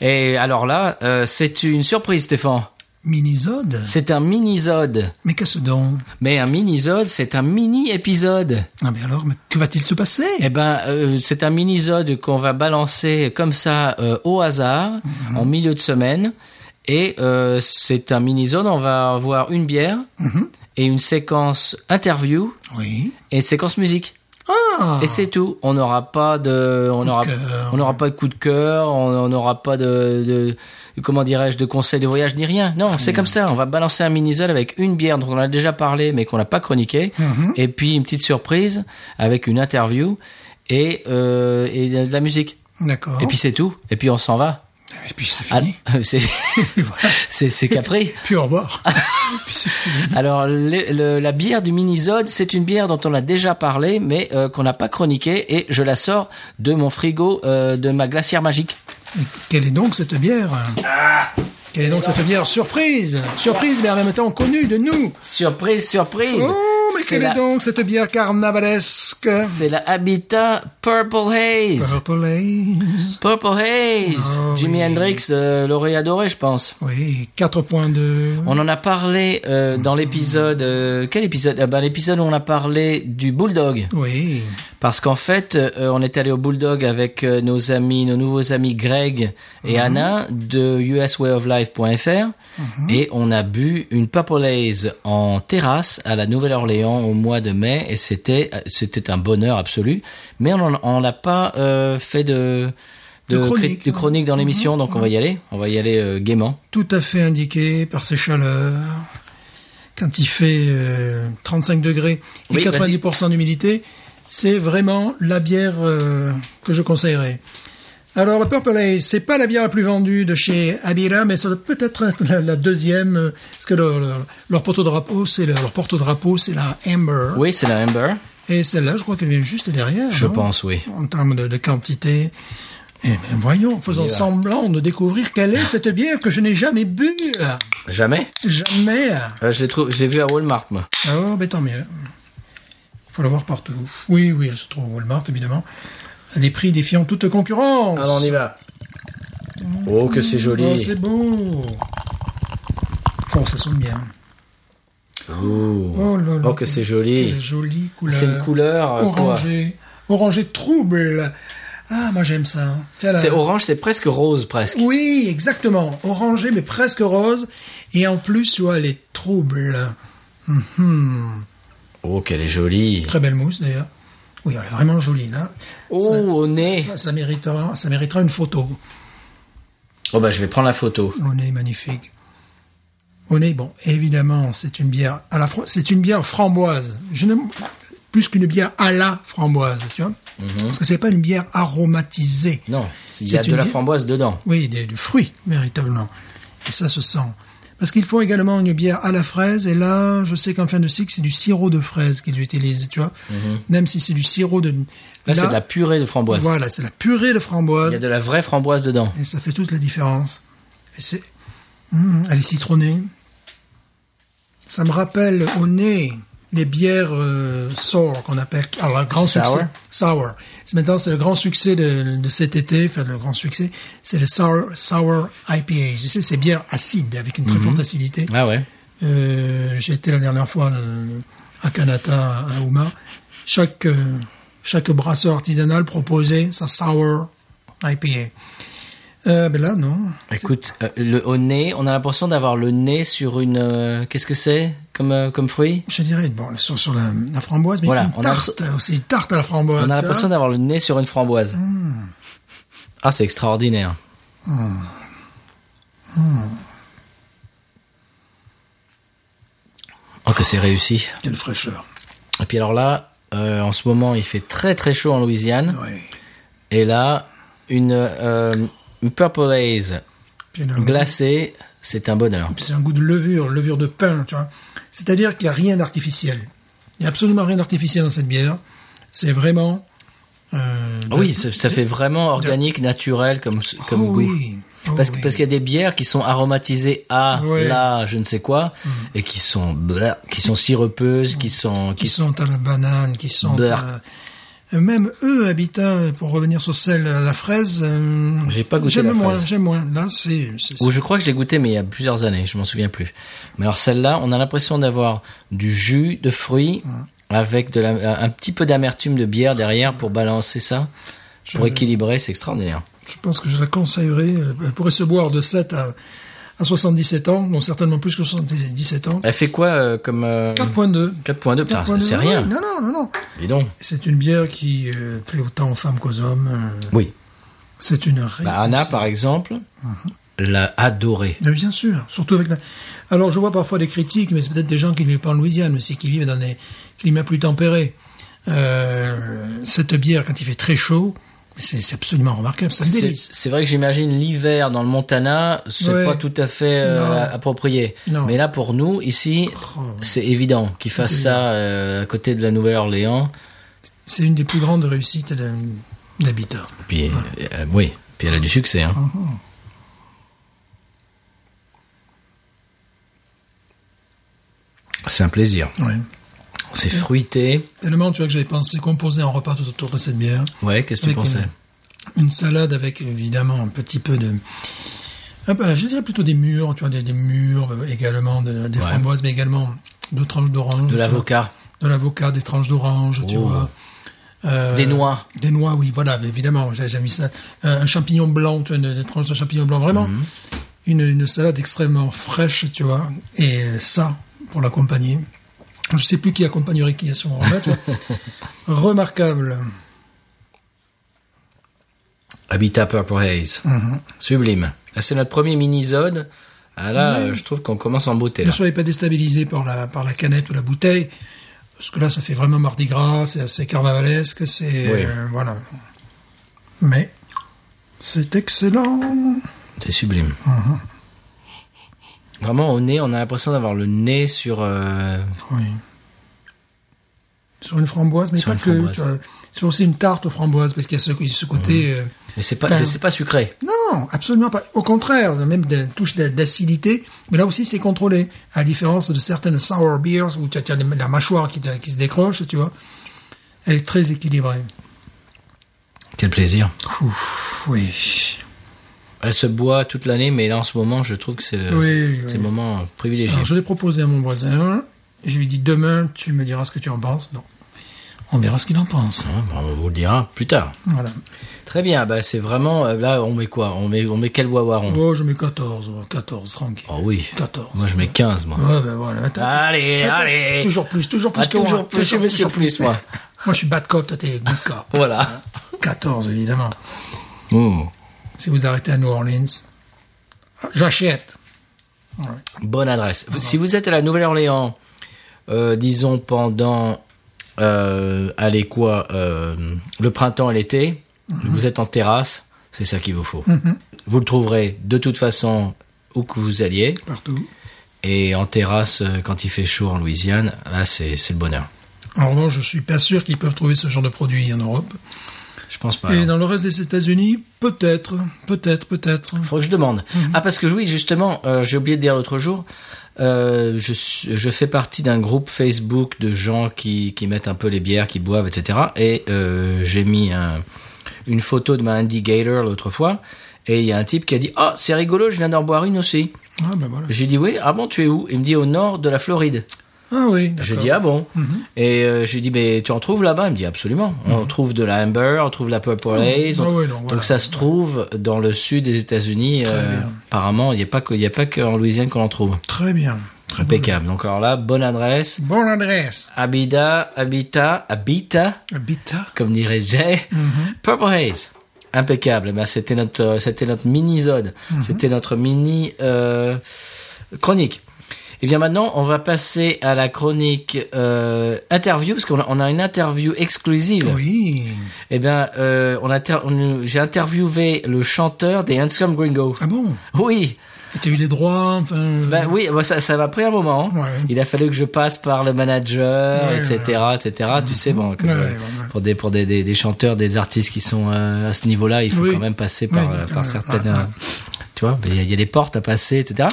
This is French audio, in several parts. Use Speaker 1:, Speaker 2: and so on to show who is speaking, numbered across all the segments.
Speaker 1: Et alors là, euh, c'est une surprise, Stéphane.
Speaker 2: Minisode
Speaker 1: C'est un mini-sode.
Speaker 2: Mais qu'est-ce donc
Speaker 1: Mais un mini-sode, c'est un mini-épisode.
Speaker 2: Ah mais alors, mais que va-t-il se passer
Speaker 1: Eh ben, euh, c'est un mini-sode qu'on va balancer comme ça euh, au hasard, en milieu de semaine. Et euh, c'est un mini-sode, on va avoir une bière et une séquence interview
Speaker 2: Oui.
Speaker 1: et une séquence musique.
Speaker 2: Ah
Speaker 1: Et c'est tout. On n'aura pas de, on n'aura,
Speaker 2: cœur.
Speaker 1: on n'aura pas de coup de cœur, on on n'aura pas de, de- comment dirais-je, de conseils de voyage ni rien. Non, c'est comme ça. On va balancer un mini avec une bière dont on a déjà parlé mais qu'on n'a pas chroniqué,
Speaker 2: Mhm.
Speaker 1: et puis une petite surprise avec une interview et euh, et de la musique.
Speaker 2: D'accord.
Speaker 1: Et puis c'est tout. Et puis on s'en va.
Speaker 2: Et puis, c'est
Speaker 1: Ah,
Speaker 2: fini.
Speaker 1: c'est,
Speaker 2: Voilà.
Speaker 1: c'est, c'est Capri.
Speaker 2: Puis au revoir. Et puis c'est fini.
Speaker 1: Alors, le- le- la bière du Minisode, c'est une bière dont on a déjà parlé, mais euh, qu'on n'a pas chroniquée, et je la sors de mon frigo, euh, de ma glacière magique.
Speaker 2: Mais quelle est donc cette bière Quelle est donc cette bière Surprise Surprise, mais en même temps connue de nous
Speaker 1: Surprise, surprise
Speaker 2: Oh, mais
Speaker 1: C'est
Speaker 2: quelle
Speaker 1: la,
Speaker 2: est donc cette bière carnavalesque
Speaker 1: c'est la Habitat Purple Haze.
Speaker 2: Purple Haze.
Speaker 1: Purple Haze
Speaker 2: Oh,
Speaker 1: Jimi
Speaker 2: Ah. oui.
Speaker 1: Hendrix, euh, l'aurait adoré, je pense.
Speaker 2: Oui, 4.2.
Speaker 1: On en a parlé euh, dans l'épisode... euh, quel épisode Ah ben, L'épisode où on a parlé du Bulldog.
Speaker 2: Oui.
Speaker 1: Parce qu'en fait, euh, on est allé au Bulldog avec euh, nos amis, nos nouveaux amis Greg et Anna de uswayoflife.fr et on a bu une papolaise en terrasse à la Nouvelle-Orléans au mois de mai et c'était euh, c'était un bonheur absolu. Mais on en- on n'a pas euh, fait de
Speaker 2: De chronique.
Speaker 1: cri- de chronique dans l'émission, donc on va y aller. On va y aller euh, gaiement.
Speaker 2: Tout à fait indiqué par ses chaleurs. Quand il fait euh, 35 degrés et
Speaker 1: Oui,
Speaker 2: 90% d'humidité, c'est vraiment la bière euh, que je conseillerais. Alors la Purple Ale, c'est pas la bière la plus vendue de chez Abira, mais ça doit peut-être être la, la deuxième, euh, parce que leur, leur, leur porte-drapeau, c'est leur, leur porte-drapeau, c'est la Amber,
Speaker 1: Oui, c'est la Amber,
Speaker 2: et celle-là, je crois qu'elle vient juste derrière.
Speaker 1: je
Speaker 2: non
Speaker 1: pense, oui.
Speaker 2: en termes de, de quantité. Eh bien, voyons, faisons semblant de découvrir quelle est cette bière que je n'ai jamais bu.
Speaker 1: Jamais
Speaker 2: Jamais. Ah,
Speaker 1: Euh, Je l'ai trou- je l'ai vu à Walmart, moi.
Speaker 2: Oh, ben tant mieux. faut la voir partout. Oui, oui, elle se trouve au Walmart, évidemment. À des prix défiant toute concurrence.
Speaker 1: Alors Ah, on y va. Oh, que c'est joli.
Speaker 2: Oh, c'est beau. Oh, ça sonne bien. Oh là là.
Speaker 1: Oh, que c'est joli.
Speaker 2: Quelle jolie couleur.
Speaker 1: C'est une couleur, euh, quoi.
Speaker 2: Orangée. Orangée trouble. Ah, moi j'aime ça. Tiens, là.
Speaker 1: C'est orange, c'est presque rose presque.
Speaker 2: Oui, exactement. Orangé, mais presque rose. Et en plus, tu vois, les troubles.
Speaker 1: Oh, qu'elle est jolie.
Speaker 2: Très belle mousse, d'ailleurs. Oui, elle est vraiment jolie, là.
Speaker 1: Oh, au nez.
Speaker 2: Ça, ça méritera, ça méritera une photo.
Speaker 1: Oh bah je vais prendre la photo.
Speaker 2: Au nez, magnifique. Au nez, bon, évidemment, c'est une bière à la fran- c'est une bière framboise. Je n'aime plus qu'une bière à la framboise, tu vois. Parce que c'est pas une bière aromatisée.
Speaker 1: Mhm. Non, il y a
Speaker 2: C'est
Speaker 1: de
Speaker 2: une
Speaker 1: la
Speaker 2: bière-
Speaker 1: framboise dedans.
Speaker 2: Oui, des, du fruit, véritablement. Et ça se sent. Parce qu'ils font également une bière à la fraise, et là, je sais qu'en fin de cycle, c'est du sirop de fraise qu'ils utilisent, tu vois. Même si c'est du sirop de...
Speaker 1: Mhm. Là, c'est de la purée de framboise.
Speaker 2: Voilà, c'est la purée de
Speaker 1: Il
Speaker 2: framboise,
Speaker 1: y a de la vraie framboise dedans.
Speaker 2: et ça fait toute la différence. Et c'est... Hum, elle est citronnée. Ça me rappelle au nez les bières euh, sour qu'on appelle alors le grand
Speaker 1: Sour.
Speaker 2: succès sour. C'est- Maintenant c'est le grand succès de, de cet été, enfin le grand succès, c'est le sour sour IPA. Tu sais ces bières acides avec une très forte acidité.
Speaker 1: Ah ouais.
Speaker 2: Euh, J'ai été la dernière fois euh, à Kanata à Houma. Chaque euh, chaque brasseur artisanal proposait sa sour IPA. Euh, ben là non.
Speaker 1: Écoute, euh, le au nez, on a l'impression d'avoir le nez sur une euh, qu'est-ce que c'est comme euh, comme fruit
Speaker 2: Je dirais bon sur, sur la, la framboise, mais
Speaker 1: Voilà,
Speaker 2: une
Speaker 1: on a
Speaker 2: tarte aussi une tarte à la
Speaker 1: On a
Speaker 2: framboise. tu vois.
Speaker 1: l'impression d'avoir le nez sur une framboise. Ah, c'est extraordinaire. Hmm. Oh que c'est réussi.
Speaker 2: Quelle fraîcheur.
Speaker 1: Et puis alors là, euh, en ce moment, il fait très très chaud en Louisiane.
Speaker 2: Oui.
Speaker 1: Et là, une, euh, une Purple Haze
Speaker 2: Puis il y en a un-
Speaker 1: glacée, c'est un bonheur.
Speaker 2: puis c'est un goût de levure, levure de pain, tu vois. C'est-à-dire qu'il n'y a rien d'artificiel. Il n'y a absolument rien d'artificiel dans cette bière. C'est vraiment. euh,
Speaker 1: Ah oui, Ah ça, ça fait vraiment organique, naturel comme, comme
Speaker 2: Oh
Speaker 1: goût.
Speaker 2: oui. Oh
Speaker 1: Parce, que-
Speaker 2: oui.
Speaker 1: parce qu'il y a des bières qui sont aromatisées à
Speaker 2: Ouais.
Speaker 1: là, je ne sais quoi, et qui sont blah, qui sont sirupeuses, qui sont qui
Speaker 2: qui sont à la banane, qui sont
Speaker 1: Beurre.
Speaker 2: à, même eux, Habitat, pour revenir sur celle à la fraise, euh,
Speaker 1: J'ai pas goûté
Speaker 2: j'aime
Speaker 1: la
Speaker 2: moins,
Speaker 1: fraise.
Speaker 2: J'aime moins. Là, c'est, c'est-
Speaker 1: Ou je crois que je l'ai goûté, mais il y a plusieurs années, je m'en souviens plus. Mais alors celle-là, on a l'impression d'avoir du jus de fruits avec de la, un petit peu d'amertume de bière derrière pour balancer ça, pour équilibrer, c'est extraordinaire.
Speaker 2: je pense que je la conseillerais. euh, Elle pourrait se boire de 7 à, à 77 ans, non certainement plus que 77 ans.
Speaker 1: Elle fait quoi euh, comme euh,
Speaker 2: 4.2.
Speaker 1: 4.2 putain,
Speaker 2: 4.2,
Speaker 1: C'est
Speaker 2: ouais,
Speaker 1: rien.
Speaker 2: Non, non, non, non.
Speaker 1: Dis donc.
Speaker 2: C'est une bière qui euh, plaît autant aux femmes qu'aux hommes. euh,
Speaker 1: Oui.
Speaker 2: C'est une
Speaker 1: Bah, Anna,
Speaker 2: réponse.
Speaker 1: par exemple,
Speaker 2: Uh-huh.
Speaker 1: l'a adorée.
Speaker 2: Mais Bien sûr, surtout avec la... Alors je vois parfois des critiques, mais c'est peut-être des gens qui ne vivent pas en Louisiane, mais c'est qui vivent dans des climats plus tempérés. Euh, cette bière, quand il fait très chaud, c'est c'est absolument remarquable, c'est un
Speaker 1: C'est
Speaker 2: délice.
Speaker 1: c'est vrai que j'imagine l'hiver dans le Montana, c'est
Speaker 2: Ouais.
Speaker 1: pas tout à fait euh,
Speaker 2: Non.
Speaker 1: approprié.
Speaker 2: Non.
Speaker 1: Mais là, pour nous, ici, c'est évident qu'ils fassent ça euh, à côté de la Nouvelle-Orléans.
Speaker 2: C'est une des plus grandes réussites d'un- d'Habitat.
Speaker 1: Puis, euh, oui, puis elle a du succès. Hein.
Speaker 2: Uh-huh.
Speaker 1: C'est un plaisir.
Speaker 2: Ouais.
Speaker 1: C'est fruité.
Speaker 2: Tellement, tu vois, que j'avais pensé composer un repas tout autour de cette bière.
Speaker 1: Ouais, qu'est-ce que tu
Speaker 2: Avec
Speaker 1: pensais
Speaker 2: une, une salade avec évidemment un petit peu de. Ah bah, je dirais plutôt des mûres, tu vois, des, des mûres euh, également, de- des
Speaker 1: Ouais.
Speaker 2: framboises, mais également de tranches d'orange.
Speaker 1: De
Speaker 2: tu vois.
Speaker 1: l'avocat,
Speaker 2: De l'avocat, des tranches d'orange, tu
Speaker 1: Oh.
Speaker 2: vois. Euh,
Speaker 1: des noix.
Speaker 2: Des noix, oui, voilà, mais évidemment, j'ai j'ai mis ça. Euh, un champignon blanc, tu vois, une- des tranches de champignon blanc, vraiment.
Speaker 1: Mhm.
Speaker 2: Une, une salade extrêmement fraîche, tu vois. Et ça, pour l'accompagner. Je sais plus qui accompagnerait qui à ce moment-là, tu vois. Remarquable. Euh.
Speaker 1: Habitat Purple Haze.
Speaker 2: Uh-huh.
Speaker 1: Sublime. Ah, C'est notre premier mini-zode. Ah là, euh, je trouve qu'on commence en beauté.
Speaker 2: Ne
Speaker 1: Là.
Speaker 2: soyez pas déstabilisé par la, par la canette ou la bouteille, parce que là, ça fait vraiment Mardi Gras, c'est assez carnavalesque, c'est...
Speaker 1: Oui.
Speaker 2: euh, voilà. Mais c'est excellent.
Speaker 1: C'est sublime.
Speaker 2: Uh-huh.
Speaker 1: Vraiment, au nez, on a l'impression d'avoir le nez sur... euh,
Speaker 2: Oui. Sur une framboise, mais
Speaker 1: Sur
Speaker 2: pas
Speaker 1: une
Speaker 2: que.
Speaker 1: framboise.
Speaker 2: tu vois. Sur aussi une tarte aux framboises, parce qu'il y a ce, ce côté... euh,
Speaker 1: Mais c'est pas,
Speaker 2: Putain.
Speaker 1: mais c'est pas sucré.
Speaker 2: non, absolument pas. Au contraire, même des touches d'a- d'acidité, mais là aussi c'est contrôlé. À la différence de certaines sour beers où tu as, tu as la mâchoire qui, te- qui se décroche, tu vois. Elle est très équilibrée.
Speaker 1: Quel plaisir.
Speaker 2: Ouf, oui.
Speaker 1: Elle se boit toute l'année, mais là, en ce moment, je trouve que c'est le,
Speaker 2: Oui,
Speaker 1: c'est
Speaker 2: oui.
Speaker 1: le moment euh, privilégié.
Speaker 2: Alors, je l'ai proposé à mon voisin. Je lui ai dit demain, tu me diras ce que tu en penses. Non. On verra ce qu'il en pense. hein. Mmh.
Speaker 1: Ouais, bah, on vous le dira plus tard.
Speaker 2: Voilà.
Speaker 1: Très bien, bah, c'est vraiment... euh, Là, on met quoi on met, on met quel wawaron
Speaker 2: Oh, je mets 14. ouais, 14, tranquille.
Speaker 1: Oh oui.
Speaker 2: 14.
Speaker 1: Moi, je mets 15, moi.
Speaker 2: Ouais, ben voilà. Attends,
Speaker 1: Allez,
Speaker 2: attends,
Speaker 1: allez
Speaker 2: Toujours plus, toujours plus
Speaker 1: Ah,
Speaker 2: que moi.
Speaker 1: toujours plus, je me suis plus, moi.
Speaker 2: Moi, je suis bas de côte, toi, t'es good cop.
Speaker 1: Voilà.
Speaker 2: 14, évidemment.
Speaker 1: Mm.
Speaker 2: Si vous arrêtez à New Orleans, j'achète.
Speaker 1: Bonne adresse. Si vous êtes à la Nouvelle-Orléans, euh, disons pendant, euh, allez quoi, euh, le printemps et l'été,
Speaker 2: Mhm.
Speaker 1: vous êtes en terrasse, c'est ça qu'il vous faut. Vous le trouverez de toute façon où que vous alliez,
Speaker 2: Partout.
Speaker 1: et en terrasse euh, quand il fait chaud en Louisiane, là c'est c'est le bonheur.
Speaker 2: En revanche, je suis pas sûr qu'ils peuvent trouver ce genre de produit en Europe.
Speaker 1: Je pense pas.
Speaker 2: Et
Speaker 1: non.
Speaker 2: dans le reste des États-Unis, peut-être, peut-être, peut-être.
Speaker 1: Faudrait que je demande. Ah, parce que oui, justement, euh, j'ai oublié de dire l'autre jour, euh, je, suis- je fais partie d'un groupe Facebook de gens qui, qui mettent un peu les bières, qui boivent, etc. Et euh, j'ai mis un- une photo de ma Indigator l'autre fois. Et il y a un type qui a dit Ah, c'est rigolo, je viens d'en boire une aussi.
Speaker 2: Ah ben voilà.
Speaker 1: J'ai dit Oui, ah bon, tu es où Il me dit Au nord de la Floride.
Speaker 2: Ah oui. d'accord. Mhm.
Speaker 1: J'ai dit Ah bon Et euh, j'ai dit Mais tu en trouves là-bas Il me dit Absolument. On trouve de la Amber, on trouve de la Purple Haze. on-
Speaker 2: Ah ouais, non, voilà.
Speaker 1: Donc ça se trouve dans le sud des États-Unis. euh,
Speaker 2: bien.
Speaker 1: apparemment, il n'y a pas que, il y a pas qu'en Louisiane qu'on en trouve.
Speaker 2: Très bien. Très bien.
Speaker 1: Impeccable. Donc alors là, bonne adresse.
Speaker 2: Bonne adresse.
Speaker 1: Abida, Habita, Habita,
Speaker 2: Habitat.
Speaker 1: comme dirait Jay.
Speaker 2: Mhm.
Speaker 1: Purple Haze. Impeccable. Eh ben, c'était notre, euh, c'était notre mini-zode.
Speaker 2: Mhm.
Speaker 1: C'était notre mini, euh, chronique. Et bien maintenant, on va passer à la chronique euh, interview, parce qu'on a, on a une interview exclusive.
Speaker 2: Oui.
Speaker 1: Eh bien, euh, on inter- on- j'ai interviewé le chanteur des Hanscom Gringo.
Speaker 2: Ah bon
Speaker 1: Oui,
Speaker 2: Et T'as eu les droits, enfin... euh,
Speaker 1: bah oui, bah, ça, ça m'a pris un moment.
Speaker 2: Ouais.
Speaker 1: Il a fallu que je passe par le manager,
Speaker 2: Ouais,
Speaker 1: etc., etc. Tu sais, bon, comme,
Speaker 2: Ouais,
Speaker 1: euh,
Speaker 2: ouais, ouais.
Speaker 1: pour des pour des, des, des chanteurs, des artistes qui sont euh, à ce niveau-là, il faut
Speaker 2: Oui.
Speaker 1: quand même passer par,
Speaker 2: Oui,
Speaker 1: euh,
Speaker 2: d'accord,
Speaker 1: par
Speaker 2: ouais,
Speaker 1: certaines,
Speaker 2: ouais, ouais.
Speaker 1: euh, tu vois, il y, a- il y a des portes à passer, etc.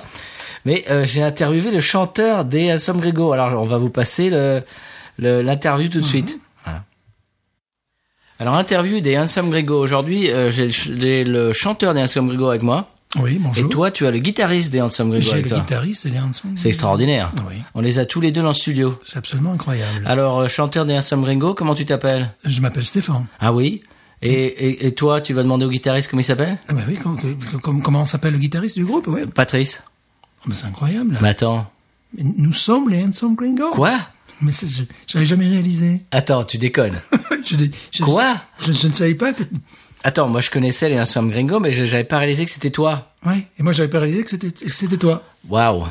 Speaker 1: Mais euh, j'ai interviewé le chanteur des Hanscom
Speaker 2: Mhm.
Speaker 1: Gringo. Alors, on va vous passer le le- l'interview tout de suite. Voilà. Alors, interview des Handsome Grego. Aujourd'hui, euh, j'ai le ch- j'ai le chanteur des Handsome Grego avec moi.
Speaker 2: Oui, bonjour.
Speaker 1: Et toi, tu as le guitariste des Handsome Grego
Speaker 2: J'ai
Speaker 1: avec
Speaker 2: le
Speaker 1: toi.
Speaker 2: guitariste et les Hanson.
Speaker 1: C'est extraordinaire.
Speaker 2: Oui.
Speaker 1: On les a tous les deux dans le studio.
Speaker 2: C'est absolument incroyable.
Speaker 1: Alors, euh, chanteur des Handsome Grego, comment tu t'appelles
Speaker 2: Je m'appelle Stéphane.
Speaker 1: Ah oui et, et, et toi, tu vas demander au guitariste comment il s'appelle
Speaker 2: Ah bah oui, com- com- com- comment s'appelle le guitariste du groupe ouais.
Speaker 1: Patrice.
Speaker 2: Ah bah C'est incroyable.
Speaker 1: Mais attends.
Speaker 2: Mais Nous sommes les Handsome Gringo.
Speaker 1: Quoi
Speaker 2: Mais c'est- je n'avais jamais réalisé.
Speaker 1: Attends, tu déconnes.
Speaker 2: Je n'ai- je-
Speaker 1: Quoi
Speaker 2: je, je ne savais pas que...
Speaker 1: Attends, moi je connaissais les Handsome Gringo, mais je- j'avais pas réalisé que c'était toi.
Speaker 2: Ouais, et moi j'avais pas réalisé que c'était que c'était toi.
Speaker 1: Waouh.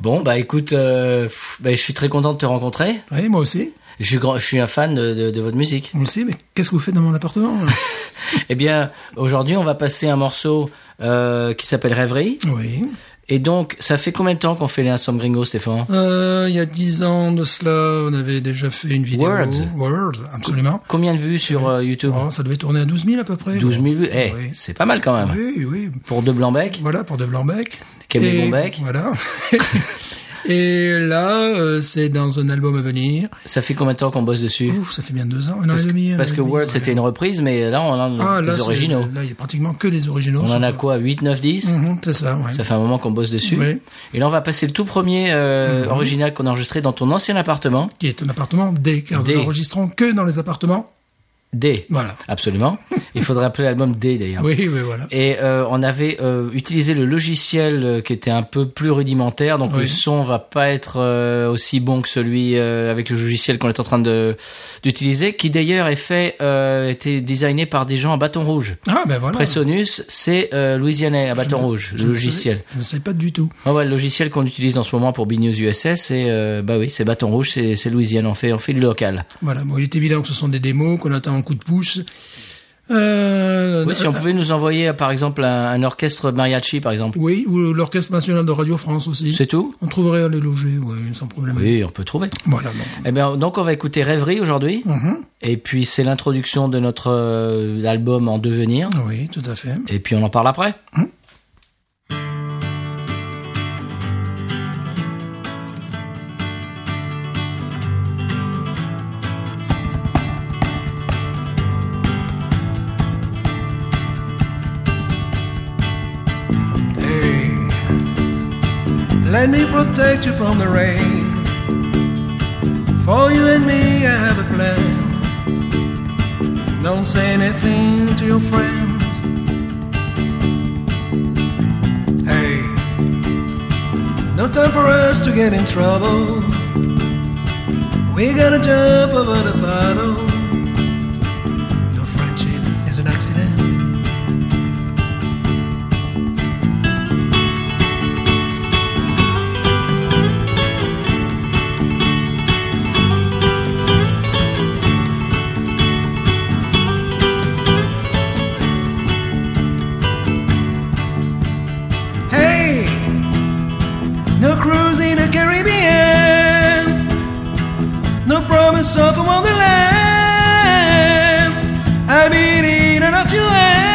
Speaker 1: Bon, bah écoute, euh, pff, bah, je suis très content de te rencontrer.
Speaker 2: Oui, moi aussi.
Speaker 1: Je suis, grand, je suis un fan de, de- de votre musique.
Speaker 2: On le sait, mais qu'est-ce que vous faites dans mon appartement là
Speaker 1: eh bien, aujourd'hui, on va passer un morceau euh, qui s'appelle Rêverie.
Speaker 2: Oui.
Speaker 1: Et donc, ça fait combien de temps qu'on fait les Handsome Gringo, Stéphane
Speaker 2: Euh, il y a dix ans de cela, on avait déjà fait une vidéo.
Speaker 1: Words.
Speaker 2: Words, absolument.
Speaker 1: Combien de vues sur euh, YouTube
Speaker 2: Oh, ça devait tourner à 12 000 à peu près.
Speaker 1: 12 000 vues. Eh,
Speaker 2: Oui.
Speaker 1: c'est pas mal quand même.
Speaker 2: Oui, oui.
Speaker 1: Pour deux blancs becs.
Speaker 2: Voilà, pour De Blanc-Bec.
Speaker 1: Camille
Speaker 2: Et
Speaker 1: Bonbec.
Speaker 2: Voilà. et là, euh, c'est dans un album à venir.
Speaker 1: Ça fait combien de temps qu'on bosse dessus
Speaker 2: Ouf, ça fait bien deux ans, un an
Speaker 1: Parce
Speaker 2: et demi.
Speaker 1: que,
Speaker 2: un
Speaker 1: parce
Speaker 2: an et
Speaker 1: que
Speaker 2: demi,
Speaker 1: World,
Speaker 2: ouais.
Speaker 1: c'était une reprise, mais là, on a
Speaker 2: Ah, là,
Speaker 1: des
Speaker 2: c'est-
Speaker 1: originaux.
Speaker 2: Là, il y a pratiquement que des originaux.
Speaker 1: On en a
Speaker 2: Sur-
Speaker 1: quoi 8, 9, 10
Speaker 2: Mhm, C'est ça, ouais.
Speaker 1: Ça fait un moment qu'on bosse dessus.
Speaker 2: Oui. Mhm.
Speaker 1: Et là, on va passer le tout premier euh, original qu'on a enregistré dans ton ancien appartement.
Speaker 2: Qui est un appartement D, car
Speaker 1: D.
Speaker 2: nous n'enregistrons que dans les appartements.
Speaker 1: D.
Speaker 2: Voilà.
Speaker 1: Absolument. Il faudrait appeler l'album D d'ailleurs.
Speaker 2: Oui, oui, voilà.
Speaker 1: Et euh, on avait euh, utilisé le logiciel euh, qui était un peu plus rudimentaire, donc le
Speaker 2: Oui.
Speaker 1: son va pas être euh, aussi bon que celui euh, avec le logiciel qu'on est en train de d'utiliser, qui d'ailleurs est fait, euh, était designé par des gens à bâton rouge.
Speaker 2: Ah, ben voilà.
Speaker 1: Presonus, c'est euh, louisianais à bâton rouge,
Speaker 2: Je
Speaker 1: le
Speaker 2: ne
Speaker 1: logiciel.
Speaker 2: savais- Je ne sais pas du tout.
Speaker 1: Ah ouais, le logiciel qu'on utilise en ce moment pour Big News USA, c'est euh, bah oui, c'est bâton rouge, c'est c'est Louisiane, on fait on fait du local.
Speaker 2: Voilà, bon, il est évident que ce sont des démos qu'on attend en coup de pouce. Euh,
Speaker 1: Oui, si on pouvait nous envoyer euh, par exemple un, un orchestre mariachi par exemple,
Speaker 2: Oui, ou l'Orchestre National de Radio France aussi.
Speaker 1: c'est tout
Speaker 2: On trouverait à les loger, oui, sans problème.
Speaker 1: Oui, on peut trouver.
Speaker 2: Voilà, Mhm. bon.
Speaker 1: Eh bien, donc on va écouter Rêverie aujourd'hui. Et puis c'est l'introduction de notre euh, album en devenir.
Speaker 2: Oui, tout à fait.
Speaker 1: Et puis on en parle après.
Speaker 2: Hey, let me protect you from the rain. For you and me, I have a plan. Don't say anything to your friends. Hey, no time for us to get in trouble. We're gonna jump over the bottle. No friendship is an accident. Hey, no cruise in the Caribbean, no promise of a wonderland. I've been in and of you am.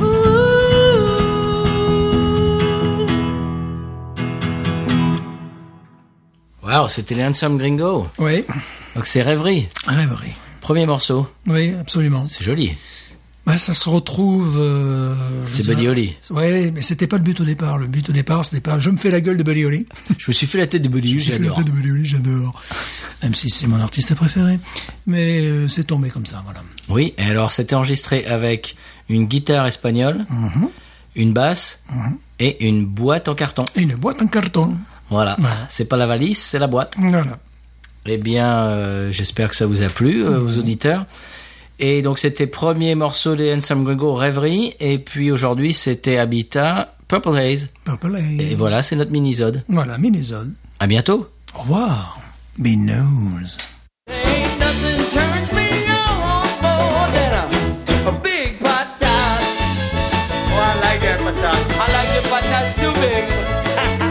Speaker 2: Ooh, ooh, ooh.
Speaker 1: Waouh, c'était les Handsome Gringo.
Speaker 2: Oui,
Speaker 1: Donc c'est Rêverie.
Speaker 2: rêverie.
Speaker 1: Premier morceau.
Speaker 2: Oui, absolument.
Speaker 1: C'est joli.
Speaker 2: Bah, ça se retrouve. euh, je
Speaker 1: C'est
Speaker 2: dirais-
Speaker 1: Buddy Holly.
Speaker 2: Ouais, mais c'était pas le but au départ. Le but au départ, c'était pas je me fais la gueule de Buddy Holly.
Speaker 1: Je me suis fait la tête de Bollywood,
Speaker 2: Je me fais la
Speaker 1: j'adore.
Speaker 2: gueule de Buddy Holly, j'adore. Même si c'est mon artiste préféré. Mais euh, c'est tombé comme ça, voilà.
Speaker 1: Oui, et alors c'était enregistré avec une guitare espagnole, une basse et une boîte en carton.
Speaker 2: Et une boîte en carton.
Speaker 1: Voilà.
Speaker 2: Voilà.
Speaker 1: C'est pas la valise, c'est la boîte.
Speaker 2: Voilà.
Speaker 1: Eh bien, euh, j'espère que ça vous a plu, euh, aux auditeurs. Et donc, c'était premier morceau des Handsome Gringo, Rêverie. Et puis, aujourd'hui, c'était Habitat, Purple Haze.
Speaker 2: Purple
Speaker 1: Et
Speaker 2: Haze.
Speaker 1: voilà, c'est notre mini-zode.
Speaker 2: Voilà, Minnesota.
Speaker 1: À bientôt
Speaker 2: Au revoir. Be knows.
Speaker 3: Ain't nothing turns me on more than a, a big patat. Oh, I like that patat. I like the patats too big.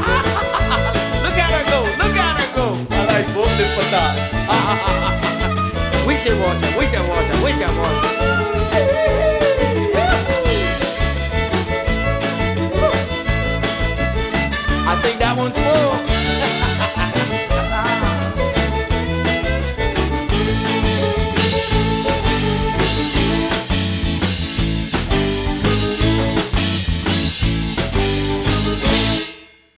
Speaker 3: look at her go, look at her go. I like both the patats. we should watch her, we should watch her, we should watch her. that one's full.